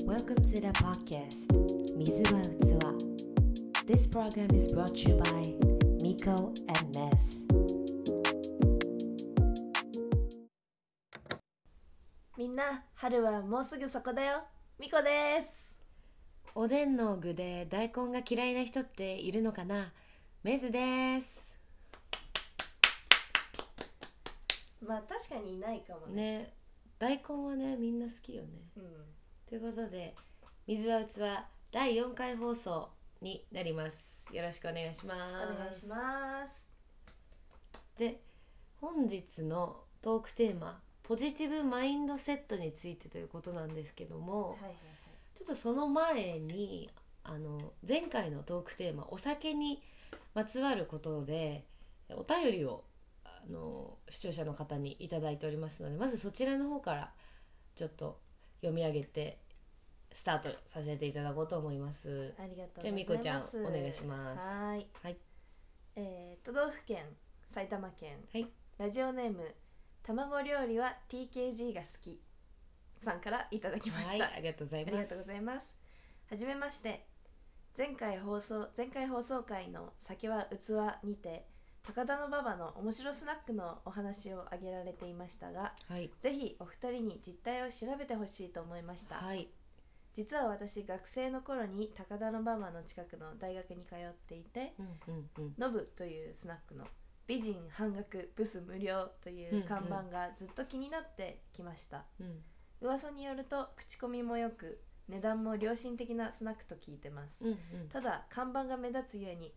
Consider Podcast 水は器 This program is brought to you by Miko and Mess みんな春はもうすぐそこだよみこですおでんの具で大根が嫌いな人っているのかなメズですまあ確かにいないかもねね大根はねみんな好きよねうんということで水は器第4回放送になりますよろしくお願いしますお願いしますで本日のトークテーマポジティブマインドセットについてということなんですけども、はいはいはいちょっとその前にあの前回のトークテーマお酒にまつわることでお便りをあの視聴者の方に頂いただいておりますのでまずそちらの方からちょっと読み上げてスタートさせていただこうと思います。ありがとうごじざゃあみいこちゃまんすお願いします。はーいはいえー、都道府県埼玉県、はいラジオネーム卵料理は TKG が好きさんからいただきまはしいた、ありがとうございありまがすとうご。ざいます。はじめまして。前回放送前回放送回の酒は器にて高田の馬場の面白スナックのお話を挙げられていましたが、はいぜひお二人に実態を調べてほしいと思いました。はい実は私学生の頃に高田の馬場の近くの大学に通っていて、うんうんうんノブというスナックの美人半額ブス無料という看板がずっと気になってきました。うん噂によると口コミもよく値段も良心的なスナックと聞いてます、うんうんただ看板が目立つゆえに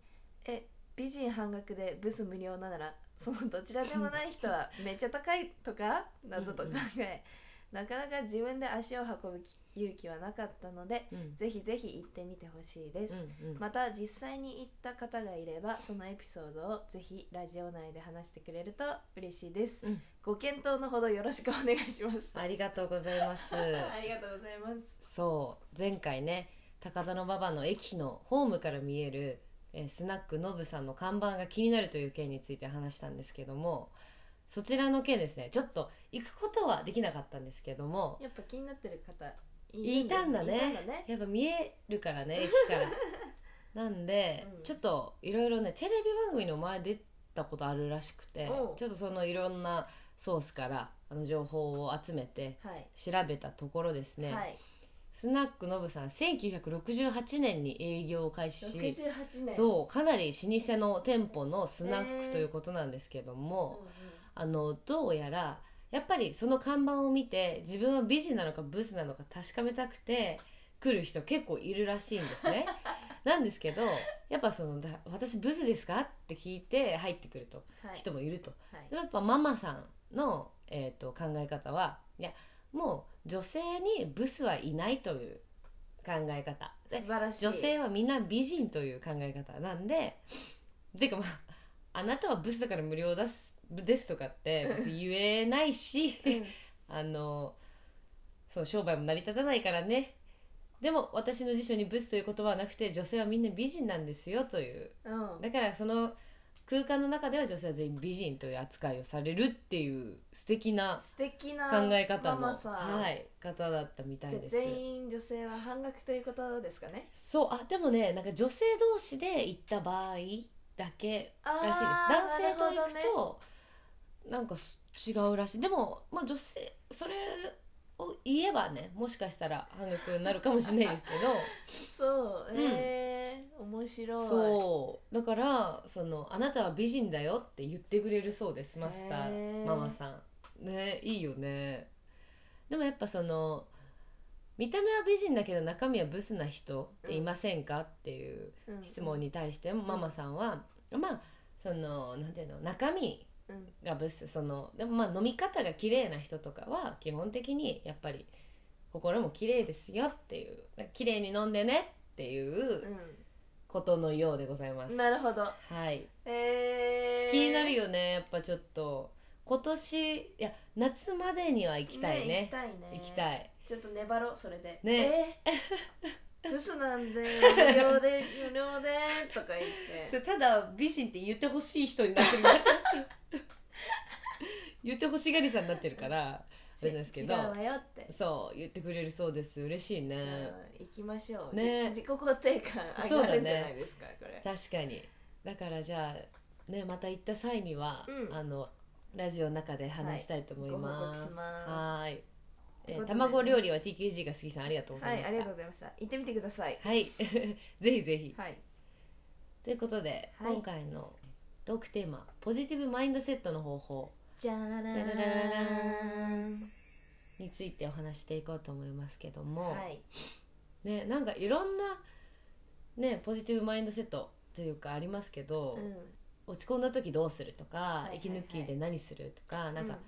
え美人半額でブス無料ならそのどちらでもない人 はめっちゃ高いとかなどと考えなかなか自分で足を運ぶき勇気はなかったのでうんぜひぜひ行ってみてほしいです、うんうんまた実際に行った方がいればそのエピソードをぜひラジオ内で話してくれると嬉しいです、うんご検討のほどよろしくお願いしますありがとうございます。ありがとうございます。そう前回ね高田馬場の駅のホームから見える、えースナックのぶさんの看板が気になるという件について話したんですけどもそちらの件ですねちょっと行くことはできなかったんですけどもやっぱ気になってる方いたんだねいたんだね。やっぱ見えるからね駅から なんで、うんちょっといろいろねテレビ番組の前出たことあるらしくておうちょっとそのいろんなソースからあの情報を集めてはい。調べたところですね、はい。スナックのぶさん1968年に営業を開始六し十八年。う。そうかなり老舗の店舗のスナッへクーということなんですけども、うあのどうやらやっぱりその看板を見て自分は美人なのかブスなのか確かめたくて来る人結構いるらしいんです ね。なんですけどやっぱそのだ「私ブスですか?」って聞いて入ってくるとんはい。人もいると。はい。やっぱママさんの、えー、と考え方はいやもう女性にブスはいないという考え方素で晴らしい。女性はみんな美人という考え方なんで てかまああなたはブスだから無料ですですとか って別に言えないしあのそう商売も成り立たないからねでも私の辞書にブスという言葉はなくて女性はみんな美人なんですよといううん。うん。だからその空間の中では女性は全員美人という扱いをされるっていう素敵な素敵な考え方のママさん。はい、方だったみたいじゃあです。全員女性は半額ということですかね。そうあでもねなんか女性同士で行った場合だけあらしいです。男性と行くとな,、んかす違うらしいでも、まあ、女性それを言えばねもしかしたら半額になるかもしれないですけど。そう。うんええ、面白い。そうだからその「あなたは美人だよ」って言ってくれるそうですマスタへーーママさんねいいよねでもやっぱその見た目は美人だけど中身はブスな人っていませんか、っていううん質問。に対してママさんは、まあそのなんていうの中身うん。がブスそのでもまあ飲み方が綺麗な人とかは基本的にやっぱり心も綺麗ですよっていうなんか綺麗に飲んでねっていううん。ことのようでございます。なるほど。はい。ええ。気になるよ。よね、やっぱちょっと今年いや夏までには行きたい行きね。たいね。行きたい。ちょっと粘ろうそれで。ね えー。ブスなんで無料で無料でとか言って。れただ美人って言ってほ しい人になってるから。言ってほしがりさんになってるから。ってるんですけど違うわよってそう言ってくれるそうです嬉しいねそう行きましょうねじ自己肯定感上がるんじゃないですか、これ確かにだからじゃあねまた行った際には、うんあのラジオの中で話したいと思います、はいご報告しますはーい、えということでね卵料理は TKG が好きさんありがとうごはざいいまあしりたがとうございました行ってみてくださいはい、 ぜひぜひ、はいということで、はい今回のトークテーマポジティブマインドセットの方法じゃらららじゃらららららーんについてお話していこうと思いますけども、はいねなんかいろんなねポジティブマインドセットというかありますけど、う落ち込んだ時どうするとか、いはいはい息抜きで何するとかんなんか、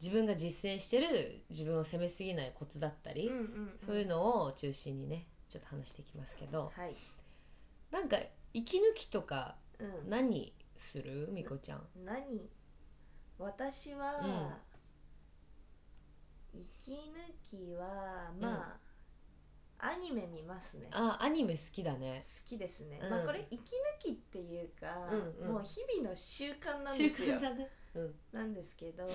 自分が実践してる自分を責めすぎないコツだったうり、んうんうんうん、そういうのを中心にねちょっと話していきますけど、はい、なんか息抜きとかうん、何するみこちゃん何私は、息抜きはまあ、アニメ見ますね好あアニメ好きだねきですね、うんまあこれ息抜きっていうか、うんうんもう日々の習慣なん習ですよ慣だね、うん、なんですけど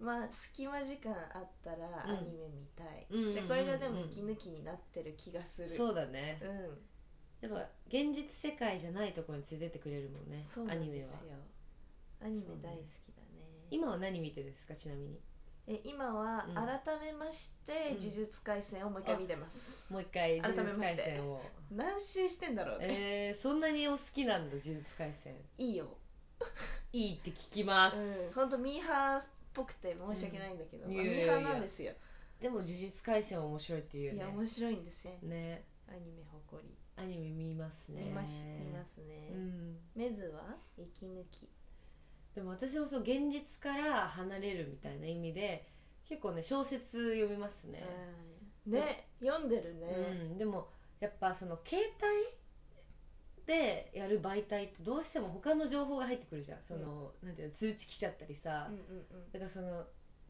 まあ隙間時間あったらアうんニメ見たい、うんうんうんでこれがでも息抜きになってる気がするそうだねうん、やっぱ現実世界じゃないところに連れてってくれるもんねそうアなんニメではすよアニメ大好きだね今は何見てるんですかちなみにえ今はうん改めましうんて「呪術廻戦」をもう一回見てます、もう一回改呪め術まし廻て戦を何周してんだろうね、えー、そんなにお好きなんだ呪術廻戦いいよ、いいって聞きまうす、ん、ほんとミーハーっぽくて申し訳ないんだけど、うんまあいミやいやーいやハーなんですよでも呪術廻戦は面白いっていうよいねや面白いんですねねアニメ誇りアニメ見ますね見ます見ますうね、んメズは息抜きでも私もそう現実から離れるみたいな意味で結構ね小説読みますね、うんね読んでるね、うん、でもやっぱその携帯でやる媒体ってどうしても他の情報が入ってくるじゃんその、なんていうの通知来ちゃったりさ、うんうんうんだからその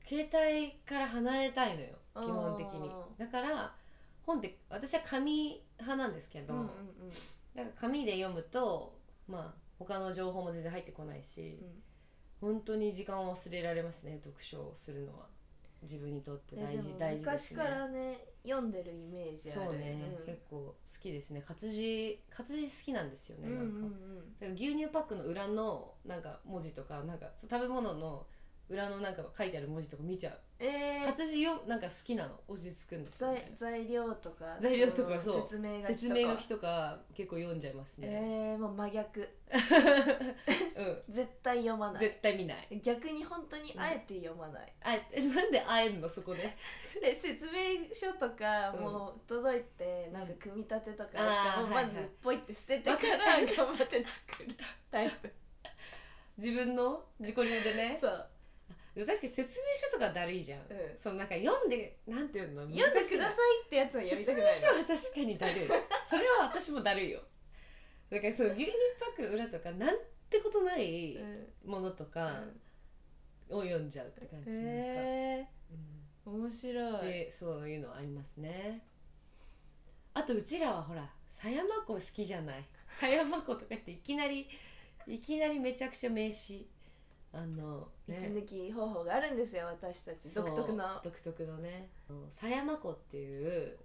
携帯から離れたいのよあ基ー本的にだから本って私は紙派なんですけど、うんうんだから紙で読むとまあ他の情報も全然入ってこないし、本当に時間を忘れられますね読書をするのは自分にとってうん大事えでも大事です昔ねからね読んでるイメージあるそうね、ん結構好きですね活字活字好きなんですよね、うんうんなんかだから牛乳パックの裏のなんか文字とかなんかそう食べ物の裏のなんか書いてある文字とか見ちゃううんえー活字よなんか好きなの落ち着くんですよ材ね材料とか材料とかんそう説明書きとか説明書きとか結構読んじゃいますね、えー、もう真 逆絶対読 まうん、ない絶対見ない逆に本当にあえて読まない、あえなんで会えんのそこでで説明書とかもう届いて、うんなんか組み立てとかあーもうはいはまいずポイって捨ててからわ頑張って作るタイプ自分の自己流でねそう、確かに説明書とかだるいじゃん、うん、そのなんか読んでなんていうの読んでくださいってやつはやり説たくない明書は確かにだるいそれは私もだるいよだからそう牛乳パック裏とかなんてことないものとうかんを読んじゃうって感じ、なんか、へえう面白んいでそういうのありますねあとうちらはほら狭山湖好きじゃない狭山湖とかっていきなりいきなりめちゃくちゃ名詞あの、息ね抜き方法があるんですよ私たちそう独特の独特のねあの狭山湖っていう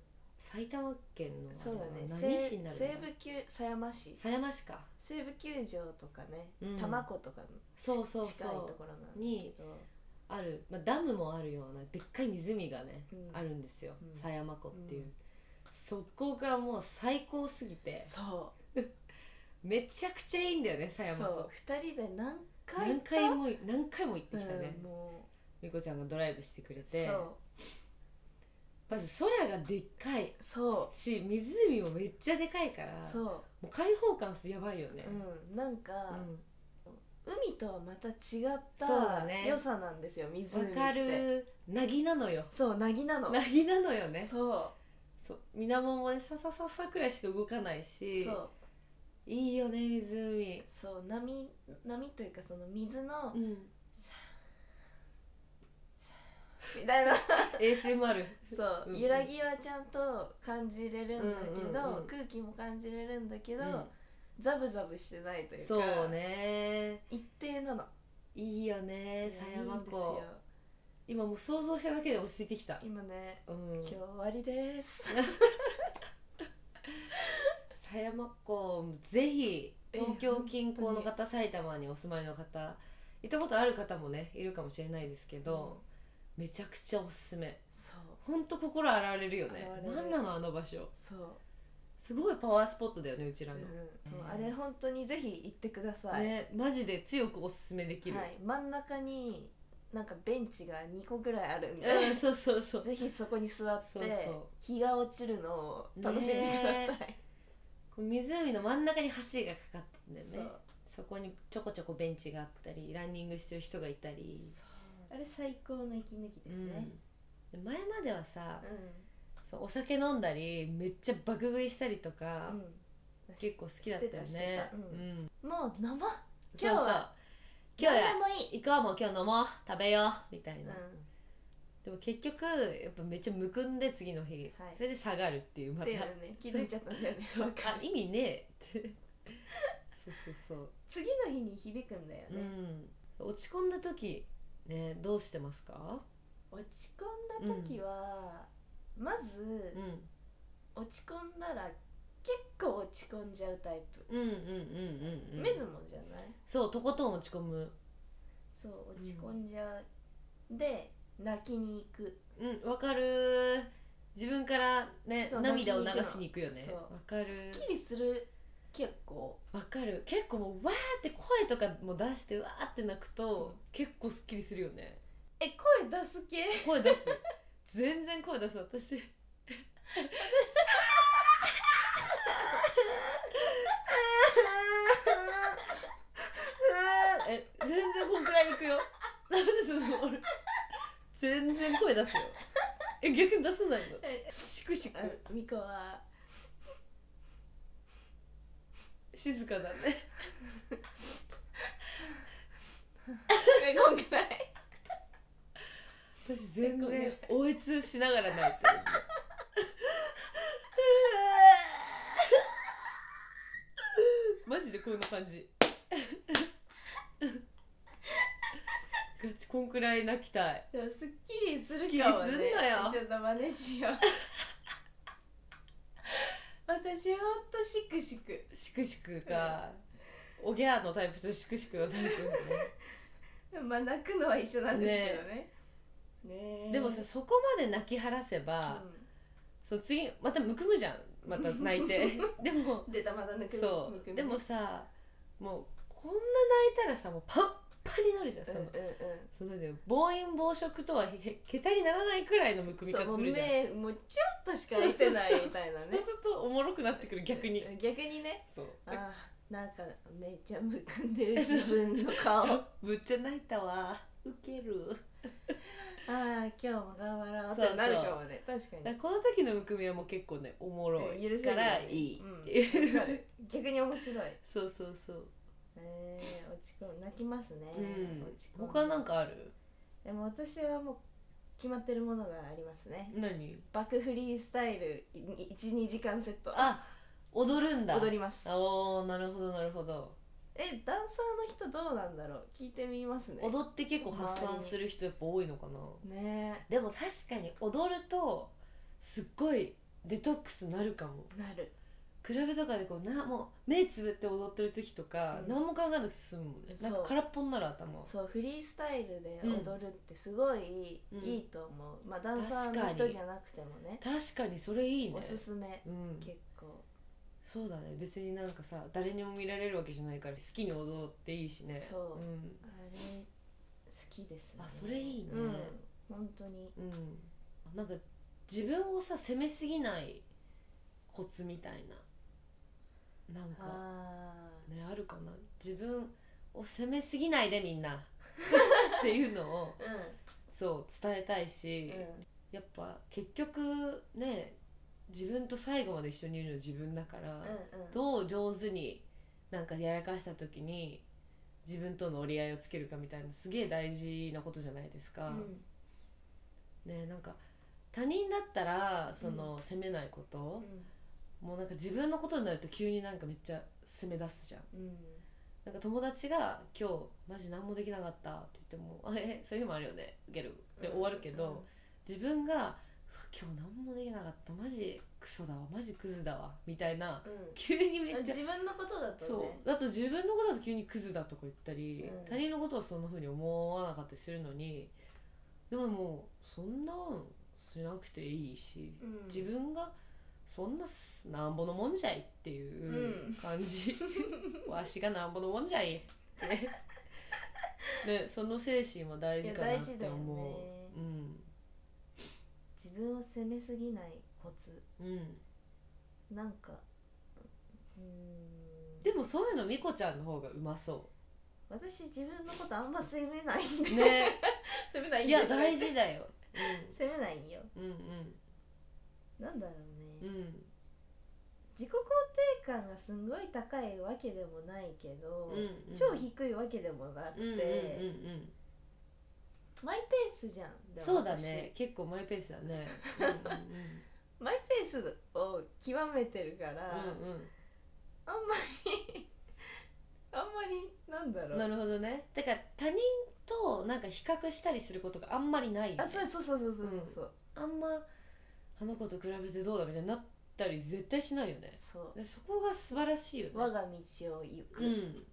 埼玉県のあそれうはだね何西市になるの西部球狭山市狭山市か西部球場とかねうん多摩湖とかのそうそう近いとそうころなんだにけどある、まあ、ダムもあるようなでっかい湖がね、うんあるんですようん狭山湖っていう、うんそこがもう最高すぎてそうめちゃくちゃいいんだよね狭山そう湖二人で何回何行った回も何回も行ってきたね、うんもみこちゃんがドライブしてくれうてまず空がでっかいそうし湖もめっちゃでかいからそうそもう開放感すやばいよねう、うんなんうかん海とはまた違っそうただね良さなんですよ湖わってかるなぎなのよそうなぎなのなぎなのよねそうそう水面もねささささくらいしか動かないしそういいよね湖そう波波というかその水のうんみた いな ASMR そううんうん揺らぎはちゃんと感じれるんだけど、うんうんうん空気も感じれるんだけど、うザブザブしてないといんうかそうね一定なのいいよね狭山湖今もう想像しただけで落ち着いてきた、今ねうん今日終わりです 狭山っ子ぜひ東京近郊の方埼玉にお住まいの方行ったことある方もねいるかもしれないですけど、めちゃくちゃおすすめそうほんと心洗われるよね洗われ何るなのあの場所そうすごいパワースポットだよねうちらの、うんそうねあれ本当にぜひ行ってください、ねマジで強くおすすめできる、はい、真ん中になんかベンチが2個ぐらいあるんで、うんそうそうそう ぜひそこに座ってそうそう日が落ちるのを楽しんでくださ い、こう湖の真ん中に橋がかかってんだよねそうそこにちょこちょこベンチがあったりランニングしてる人がいたりあれ最高の息抜きですね、うんで前まではさうんそうお酒飲んだりめっちゃ爆食いしたりとか、うん結構好きだったよしてたねしてたうんんもう生そうそう今日は今日何でやもいい、行こうもう今日飲もう食べようみたいな、うでも結局やっぱめっちゃむくんで次の日、はいそれで下がるっていうまん、ったていうのね気づいちゃったんだよねそうわかある意味ねえって そうそうそう次の日に響くんだよね、うん、落ち込んだ時ねどうしてますか？落ち込んだ時は、まずうん落ち込んだら結構落ち込んじゃうタイプ、うんうんうんうんうん。メズモンじゃないそうとことん落ち込む。そう落ち込んじゃう、で泣きに行くうんわかる。自分からねそう涙を流しに行くよねそう。わかる。すっきりする結構わかる。結構もうわーって声とかも出してわーって泣くと、う結構すっきりするよね。え声出す系声出す。全然声出す私。あーえ全然こんくらいいくよなんでその俺全然声出すよえ逆に出さないのえシクシクあミコは静かだねえこんぐらい私全ごめ然ん応援しながら泣いてる マジでこんな感じガチこんくらい泣きたいでもすっきりするかはすっきりねすんなよちょっと真似し よう私ほんとシクシクシクシクかおぎゃーのタイプとシクシクのタイプまあ泣くのは一緒なんですけどねねねえでもさそこまで泣き晴らせば、そう次またむくむじゃんまた泣いて でもうん、出たまだ抜くそ抜くうねでもさもうこんな泣いたらさもうパンパンになるじゃんうそんうんの、うんそうだよ暴飲暴食とはへへ桁にならないくらいのむくみそう方もうするじゃん目もうちょっとしか開いてないみたいなそうねするとおもろくなってくる逆に逆にねそうあーなんかめっちゃむくんでる自分の顔そあうむっちゃ泣いたわウケるあー今日も頑張ろうってなるかもね確だかにからこの時のむくみはもう結構ねおもろいうん許せるよかねらいいってうんいう、わかる逆に面白いそうそうそう、えー、落ち込む泣きますね、うん落ち込む他なんかあるでも私はもう決まってるものがありますね何爆フリースタイル12時間セットあ踊るんだ踊りますおーなるほどなるほどえダンサーの人どうなんだろう聞いてみますね踊って結構発散する人やっぱ多いのかなねでも確かに踊るとすっごいデトックスなるかもえなるクラブとかでこうなもう目つぶって踊ってる時とか、うん何も考えなくて済むもんねなんかそう空っぽになる頭そうフリースタイルで踊るってすごいうんいいと思う、まあダンサ確ーかのに人じゃなくてもね確かにそれいいねおすすめうん、結構そうだね別になんかさ誰にも見られるわけじゃないから好きに踊っていいしねそううんあれ好きですねあそれいいねうん本当にうん、なんか自分をさ責めすぎないコツみたいななんかあねあるかな自分を責めすぎないでみ んなっていうのをーそう伝えたいしうん、、やっぱ結局ね自分と最後まで一緒にいるの自分だから、うんうんどう上手になんかやらかした時に自分との折り合いをつけるかみたいなすげえ大事なことじゃないですか。うんねなんか他人だったらその、責めないことうんもうなんか自分のことになると急になんかめっちゃ責め出すじゃん。うんなんか友達が「今日マジ何もできなかった」って言っても「あえそういう日もあるよね受ける」で終わるけど、自分が「うわ今日何もできなかったマジクソだわマジクズだわ」みたいなうん、うん急にめっちゃ自分のことだとそねうだと自分のことだと急にクズだとか言ったり、うん他人のことはそんなふうに思わなかったりするのにでももうそんなんしなくていいし、うん自分がそんなすなんぼのもんじゃいっていううん感 じ、わしがなんぼのもんじゃいってねその精神は大事かなって思ういや大事だよね自分を責めすぎないコツうん、うん、なんかうーんでもそういうのみこちゃんの方がうまそ私自分のことあんま責めない んでうね責めないいや大事事だよ、責めないんようん、うんなんだろううんうねん自己肯定感がすんごい高いわけでもないけど、うんうん超低いわけでもなくて、うんうんうんうんマイペースじゃんでもそうだね結構マイペースだね私マイペースを極めてるから、うんうんうんあんまりあんまりなんだろうなるほどねだから他人となんか比較したりすることがあんまりないよねあそうそうそうそうそうそう、あんまあの子と比べてどうだみたいになったり絶対しないよねそうでそこが素晴らしいよね我が道を行く、うん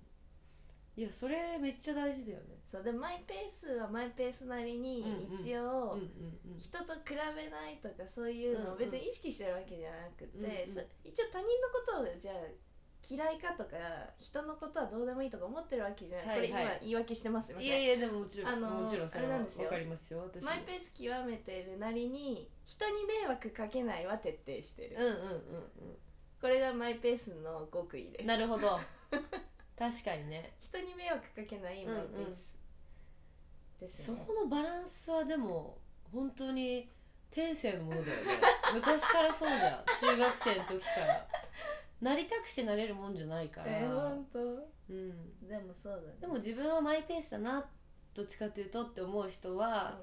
いやそれめっちゃ大事だよねそうでマイペースはマイペースなりにうんうん一うん応、うんうん人と比べないとかそういうのうんうをん別に意識してるわけじゃなくて、うんうんそ一応他人のことをじゃあ嫌いかとか人のことはどうでもいいとか思ってるわけじゃない、はいはいこれ今言い訳してますすいませんいやいやでももちろん、あのーもちろんそれあはれなんわですよかりますよ私もマイペース極めてるなりに人に迷惑かけないは徹底してる、うんうんうんこれがマイペースの極意でうんすなるほど 確かにね人に迷惑かけないマイペうース、んうんですそよねこのバランスはでも本当に天性のも のだよね昔からそうじゃん中学生の時からなりたくしてなれるもんじゃないから、えー、ほんとうん、でもそうだねでも自分はマイペースだなどっちかというとって思う人は、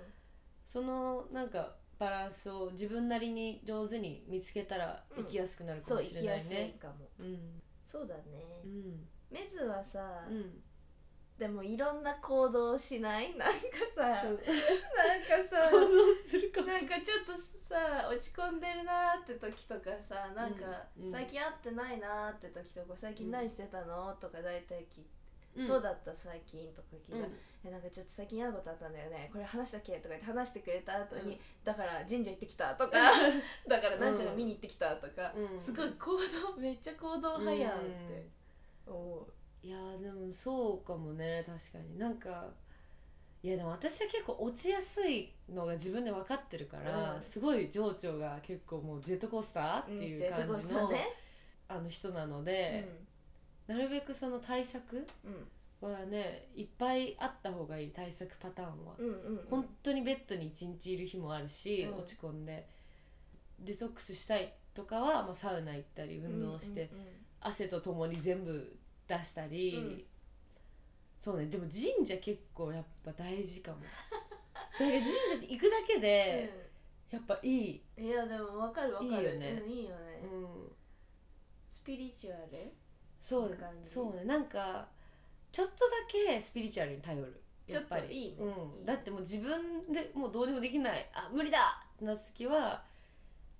そのなんかバランスを自分なりに上手に見つけたらうん生きやすくなるうんかそうも行しれきなやいすいね。かもうんそうだね、うんメズはさ、うんでもいろんな行動しない なんかさ、なんかさ行動するかも。 なんかちょっとさ落ち込んでるなーって時とかさなんかうんうん最近会ってないなーって時とか最近何してたのとか大体聞いんどうだった最近とか聞いたうら、んえなんかちょっと最近嫌なことあったんだよねこれ話したっけとか言って話してくれた後に、うんだから神社行ってきたとかだからなんちゃら見に行ってきたとか、うんすごい行動めっちゃ行動早いって思いやーでもそうかもね確かになんかいやでも私は結構落ちやすいのが自分で分かってるから、うんすごい情緒が結構もうジェットコースターっう、ていジェうット感コーじスタの,、ーね、あの人なので、なるべくその対策うんうんはねいっぱいあった方がいい対策パターンは、うんうんうん本当にベッドに一日いる日もあるし、うん落ち込んでデトックスしたいとかは、まあ、サウナ行ったり運動して、うんうんうん汗とともに全部出したり、うんそうねでも神社結構やっぱ大事かもなんか神社行くだけで、やっぱいい、うんいやでもわかるわかるいいよねうんいいよねうん、スピリチュアルそいいう感じそうねなんかちょっとだけスピリチュアルに頼るやっぱりちょっといいねうんいいねだってもう自分でもうどうにもできないあ無理だってなった時は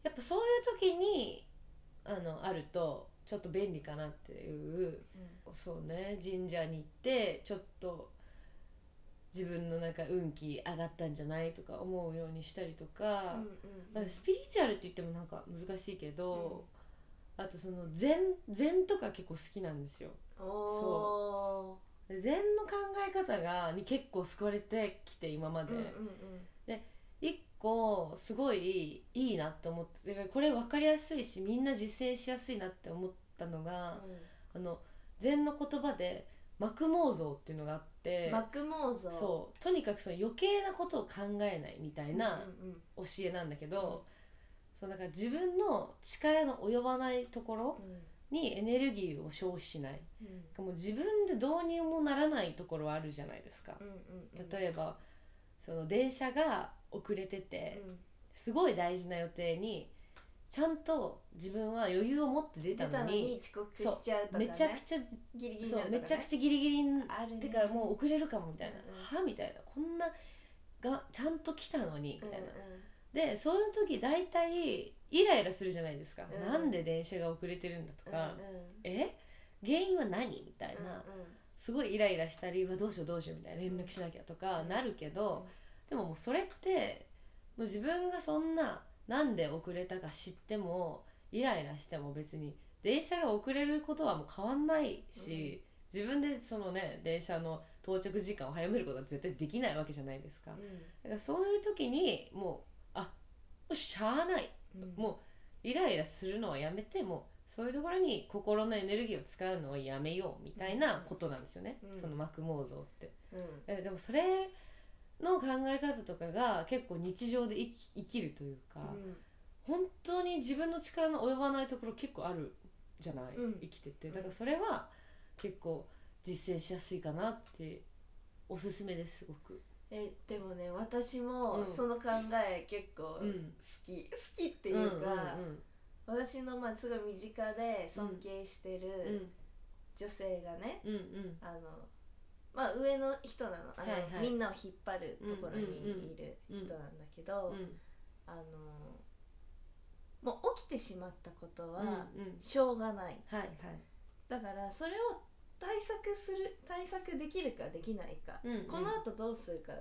やっぱそういう時にあのあるとちょっと便利かなっていうそうね神社に行ってちょっと自分のなんか運気上がったんじゃないとか思うようにしたりとか,、うんスピリチュアルって言ってもなんか難しいけど、あとその禅禅とか結構好きなんですよ。おおで禅の考え方がに結構救われてきて今まーで、うんうん一個すごいいいなって思ってでこれ分かりやすいしみんな実践しやすいなって思ったのが、あの禅の言葉で「幕妄像」っていうのがあっうてんマクモーゾーそうとにかくその余計なことを考えないみたいなうんう教んえなんだけど、そうだから自分の力の及ばないところうんにエネルギーを消費しないうんもう自分でどうにもならないところはあるじゃないですか。うんうんうん例えばその電車が遅れてて、すごい大事な予定にちゃんと自分は余裕を持って出出たたののにに遅刻しちゃうとかねめちゃくちゃ、ギリギリにそなうるとか、めね、ちゃくちゃギリギリにあるねてかもう遅れるかもみたいな、うんうんはみたいなこんながちゃんと来たのにみたいな、うでそういう時大体イライラするじゃないですか、うんなんで電車が遅れてるんだとんうんか、うんうんえ原因は何みたいな、うんうんすごいイライラしたりうわどうしようどうしようみたいな連絡しなきゃとかうんなるけど、でももうそれってもう自分がそんななんで遅れたか知ってもイライラしても別に電車が遅れることはもう変わんないし、自分でそのね電車の到着時間を早めることは絶対できないわけじゃないですか。だからそういう時にもうあもうしゃあないうんうんもうイライラするのはやめてもうそういうところに心のエネルギーを使うのはやめようみたいなことなんですよね、うんその膜妄想って。うんえでもそれの考え方とかが結構日常で生き生きるというか、本当に自分の力の及ばないところ結構あるじゃない、うん生きててだからそれは結構実践しやすいかなっておすすめですすごく。えでもね私もうんその考え結構好うんき、好きっていうか、うんうん私のまあすごい身近で尊敬してうんる女性がね、うんうんあのまあ上の人なのあの、はいはいみんなを引っ張るところにいるうんうんうん人なんだけど、うんあのもう起きてしまったことうんはうんしょうがない、はいはいだからそれを対策する対策できるかできないか、うんうんこの後どうするか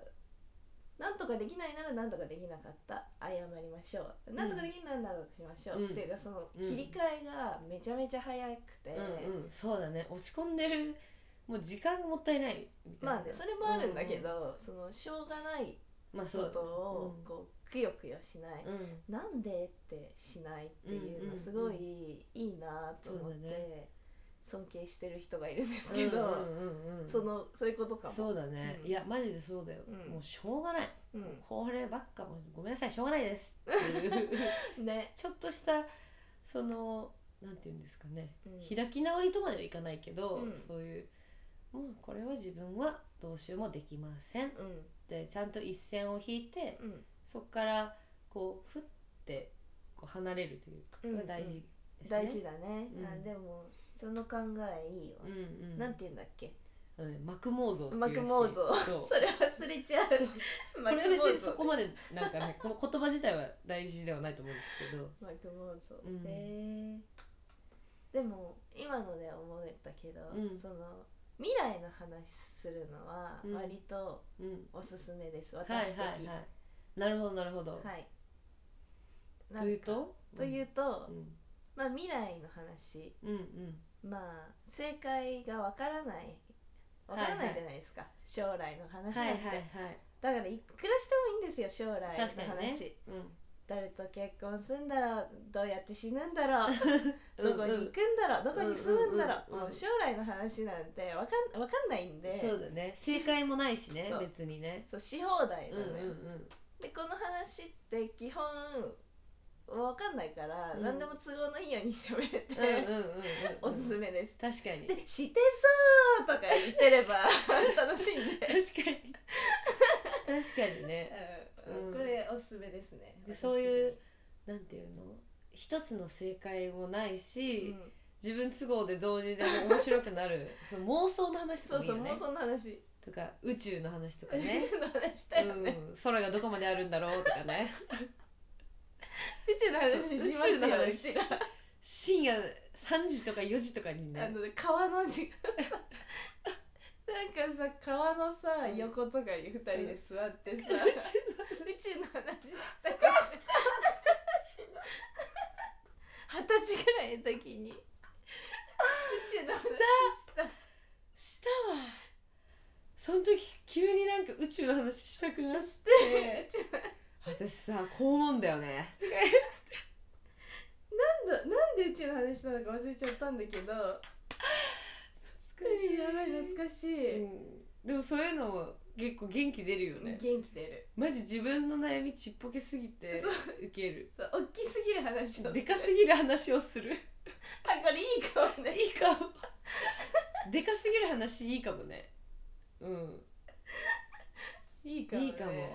なんとかできないならなんとかできなかった謝りましょうなんとかできないならなんとかしましょう、うんっていうかそのうん切り替えがめちゃめちゃ早くて、うんうん、そうだね落ち込んでるもう時間がもったいないみたいなまあねそれもあるんだけうど、そのしょうがないんまあそうこだねとをこうくよくよしない、うん、なんでってしないっていうのはすごいいいなと思っそうだて尊敬してる人がいるんですうんけうど、んうんうん、そのそういうことかも。そうだね、うんいやマジでそうだよ、うんもうしょうがない、うんこればっかもうごめんなさいしょうがないですっていう ね、ちょっとしたそのなんて言うんですかね、うん開き直りとまではいかないけど、うんそういうもうこれは自分はどうしようもできませんうんでちゃんと一線を引いてうんそこからこうふってこう離れるというかそれが大事ですね、大事だね、うんあでもその考えいいわ、うんうん、なんて言うんだっけうん、膜妄想っていうらしい膜妄想そうそれ忘れちゃう これは別にそこ想までなんかねこの言葉自体は大事ではないと思うんです けど膜妄想、うんえーでも今ので思ったけど、うんその未来の話するのはうん割とうんおすすめです、はいはい私的はいなるほどなるほど、はいとなんかいうとというと、うんまあ未来の話うんうんまあ正解がわからないわからないじゃないですか、将来の話はいなはんいて、はいだからいくらしてもいいんですよ将来の確話、かにね、誰と結婚するんだろうどうやって死ぬんだろううん、どこに行くんだろうどこに住むんだろう,、うんうんうんうんもう将来の話なんてわかんわかんないんでそうだね正解もないしねそう別にねそうし放題うなんうのんよ、うんでこの話って基本わかんないから、うん何でも都合のいいように喋れて、うんうんうんうんうん おすすめです、確かにでしてそうとか言ってれば 楽しんで、確かに確かにねうんうんこれおすすめですねでそういうなんていうの一つの正解もない私的し、にうん自分都合でどうにでも面白くなる その妄想の話とそかうもいいよそう、ね妄想の話。とか宇宙の 話とかね宇宙の話したよね。うん、空がどこまであるんだろうとかね宇宙の話しますよ。宇宙の話うちら深夜3時とか4時とかにあねの川の 時間さ。なんかさ川のさうん横とかに二人で座って さ、宇宙の話したよね二十歳ぐらいの時に宇宙の話したしたわその時急になんか宇宙の話したくなって 宇宙の私さこう思うんだよねなんだなんで宇宙の話したのか忘れちゃったんだけどやばい懐かしい、うんでもそういうのも結構元気出るよね元気出るマジ自分の悩みちっぽけすぎてそうウケるそう大きすぎる話をでかすぎる話を するあこれいい顔ねいいかも でかすぎる話いいかもねうんいいいいかもうん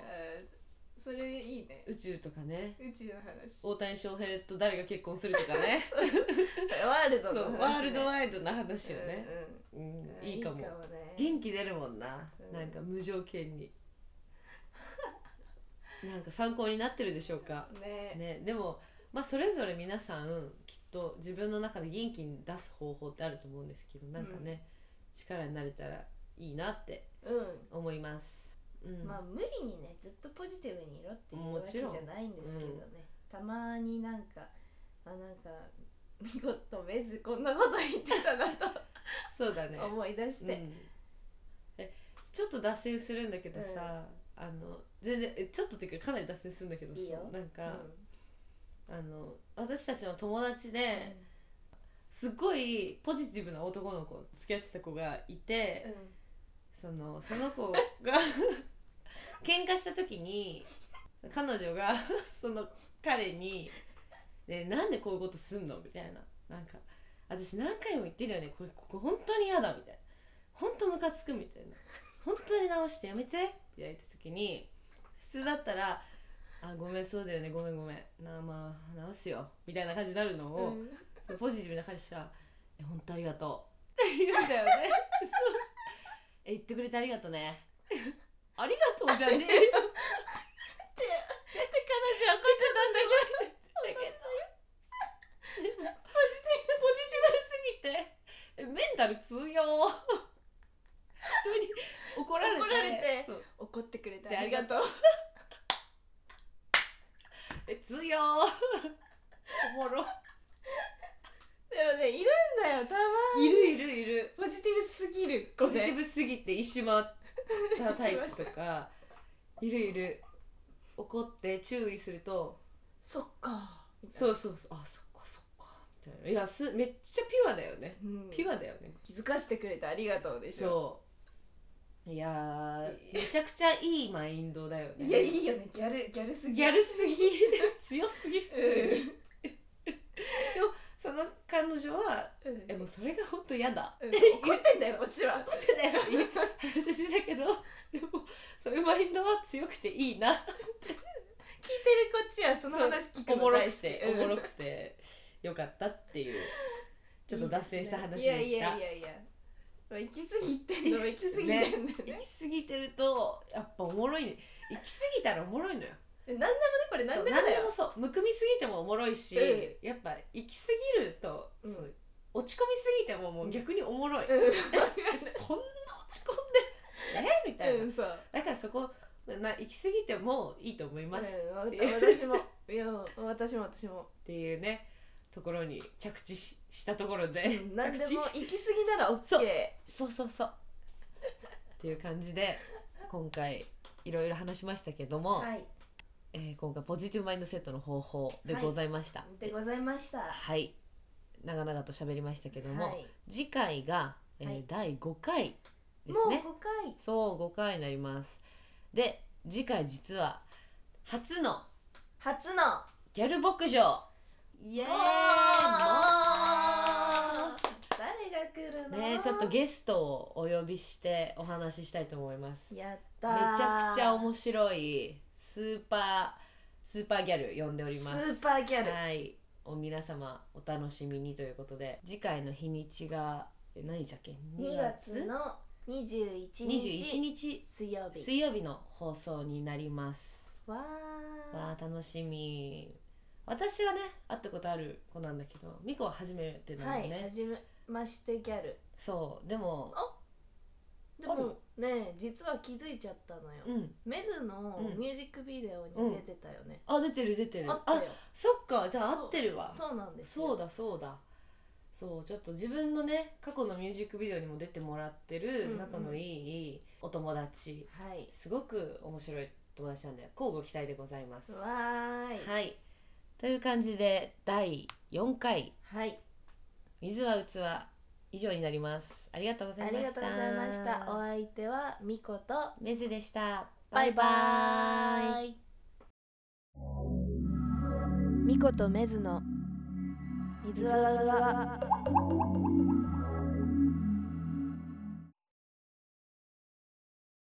それいいね宇宙とかね宇宙の話大谷翔平と誰が結婚するとかねワール そドうの話、ね、ワールドイワイドな話よね、、うんううんん、いいかもね、元気出るもんな、うんなんか無条件になんか参考になってるでしょうかねねでもまあそれぞれ皆さんきっと自分の中で元気に出す方法ってあると思うんですけどなんかね、力になれたらいいなってう思います、うんんまあ無理にねずっとポジティブにいろっていうもわけちじろゃんないんですけどね、たまになんかあなんか見事めずこんなこと言ってた なとそうだね思い出して、うんえちょっと脱線するんだけどさ、うんあの全然えちょっとっていうかかなり脱線するんだけどさいいよなんうんか、あの私たちの友達ですっごいポジティブな男の子付き合ってた子がいて、そのその子が喧嘩した時に彼女が その彼に、ね「なんでこういうことすんの?」みたいななんか「私何回も言ってるよねこれここ本当に嫌だ」みたいな「本当ムカつく」みたいな「本当に直してやめて」って言われた時に普通だったら「あごめんそうだよねごめんごめんなまあ直すよ」みたいな感じになるのうを、ん うんそのポジティブな彼氏は「え本当ありがとう」って言うんだよねそうえ言ってくれてありがとうねありがとうじゃねえよってで彼女はこう言ってたんだけどポジティブすぎてえメンタル通用人に怒られて怒られてそう怒ってくれてでありがとうえ通用おもろでもねいるんだよたまいるいるいるポジティブすぎる子ポジテねィブすぎて一周回ったタイプとか いるいる怒って注意するとそっか、そううそうそうあそっかそっかみたいないやすめっちゃピュアだよね、うん、ピュアだよね気づかせてくれてありがとうでしょそういやーめちゃくちゃいいマインドだよねいやいいよねギャルギャルすぎギャルすぎ強すぎ普通に、その彼女はうんうんえもうそれが本当嫌 だうん怒ってんだよこっちは怒ってたよっていう話だけどでもそういうマインドは強くていいな聞いてるこっちはその話聞おくのもろ大く好きてうおんもろくてよかったっていうちょっと脱線した話でしたいいすねいやいやいやいやまあ行き過ぎてんのも行き過ぎてんだよ行ねき過ぎてるとやっぱおもろい、ね、行き過ぎたらおもろいのよ何でもねこれそ何うでもだ何でよもそうむくみすぎてもおもろいし、えやっぱ行き過ぎると、うんそう落ち込みすぎてももう逆におもろい、うん こんな落ち込んで えみたいな、うんそうだからそこな行き過ぎてもいいと思います、っうんていう私もいや私も私もていうねところに着地ししたところで、うん 何着で地も行き過ぎならそ OK うそうそうそうっていう感じで今回いろいろ話しましたけども、はいえー今回ポジティブマインドセットの方法でございました。でございましたははい、長々と喋りましたけども、い次回が、えーはい第5回でもすうね。 5回そう5回になります。で次回実は初の初のギャル牧場イエーイもう誰が来るのねちょっとゲストをお呼びしてお話ししたいと思います。めやったちーゃくちゃ面白いスーパースーパーギャル呼んでおります。スーパーギャル、はい、お皆様お楽しみにということで次回の日にちがえ何日だっけ2月の21日21日水曜日水曜日の放送になりますわわあ楽しみ私はね会ったことある子なんだけどミコは初めてーなはのい、ね、はじめましてギャルそうでもあでもね実は気づいちゃったのよ、うんメズのうんミュージックビデオに出てたよね、あ出てる出てるあったよそっかじゃあそう合ってるわそうそうなんですよだそうだそうちょっと自分のね過去のミュージックビデオにも出てもらってうんうるん仲のいいお友達、はいすごく面白い友達なんで交互期待でございます。わはーいい、という感じで第4回はい「水は器」以上になります。ありがとうござあいまりした。がとうございましたお相手はみことメズでした。バイババイバイイミコとメズの水わざわざ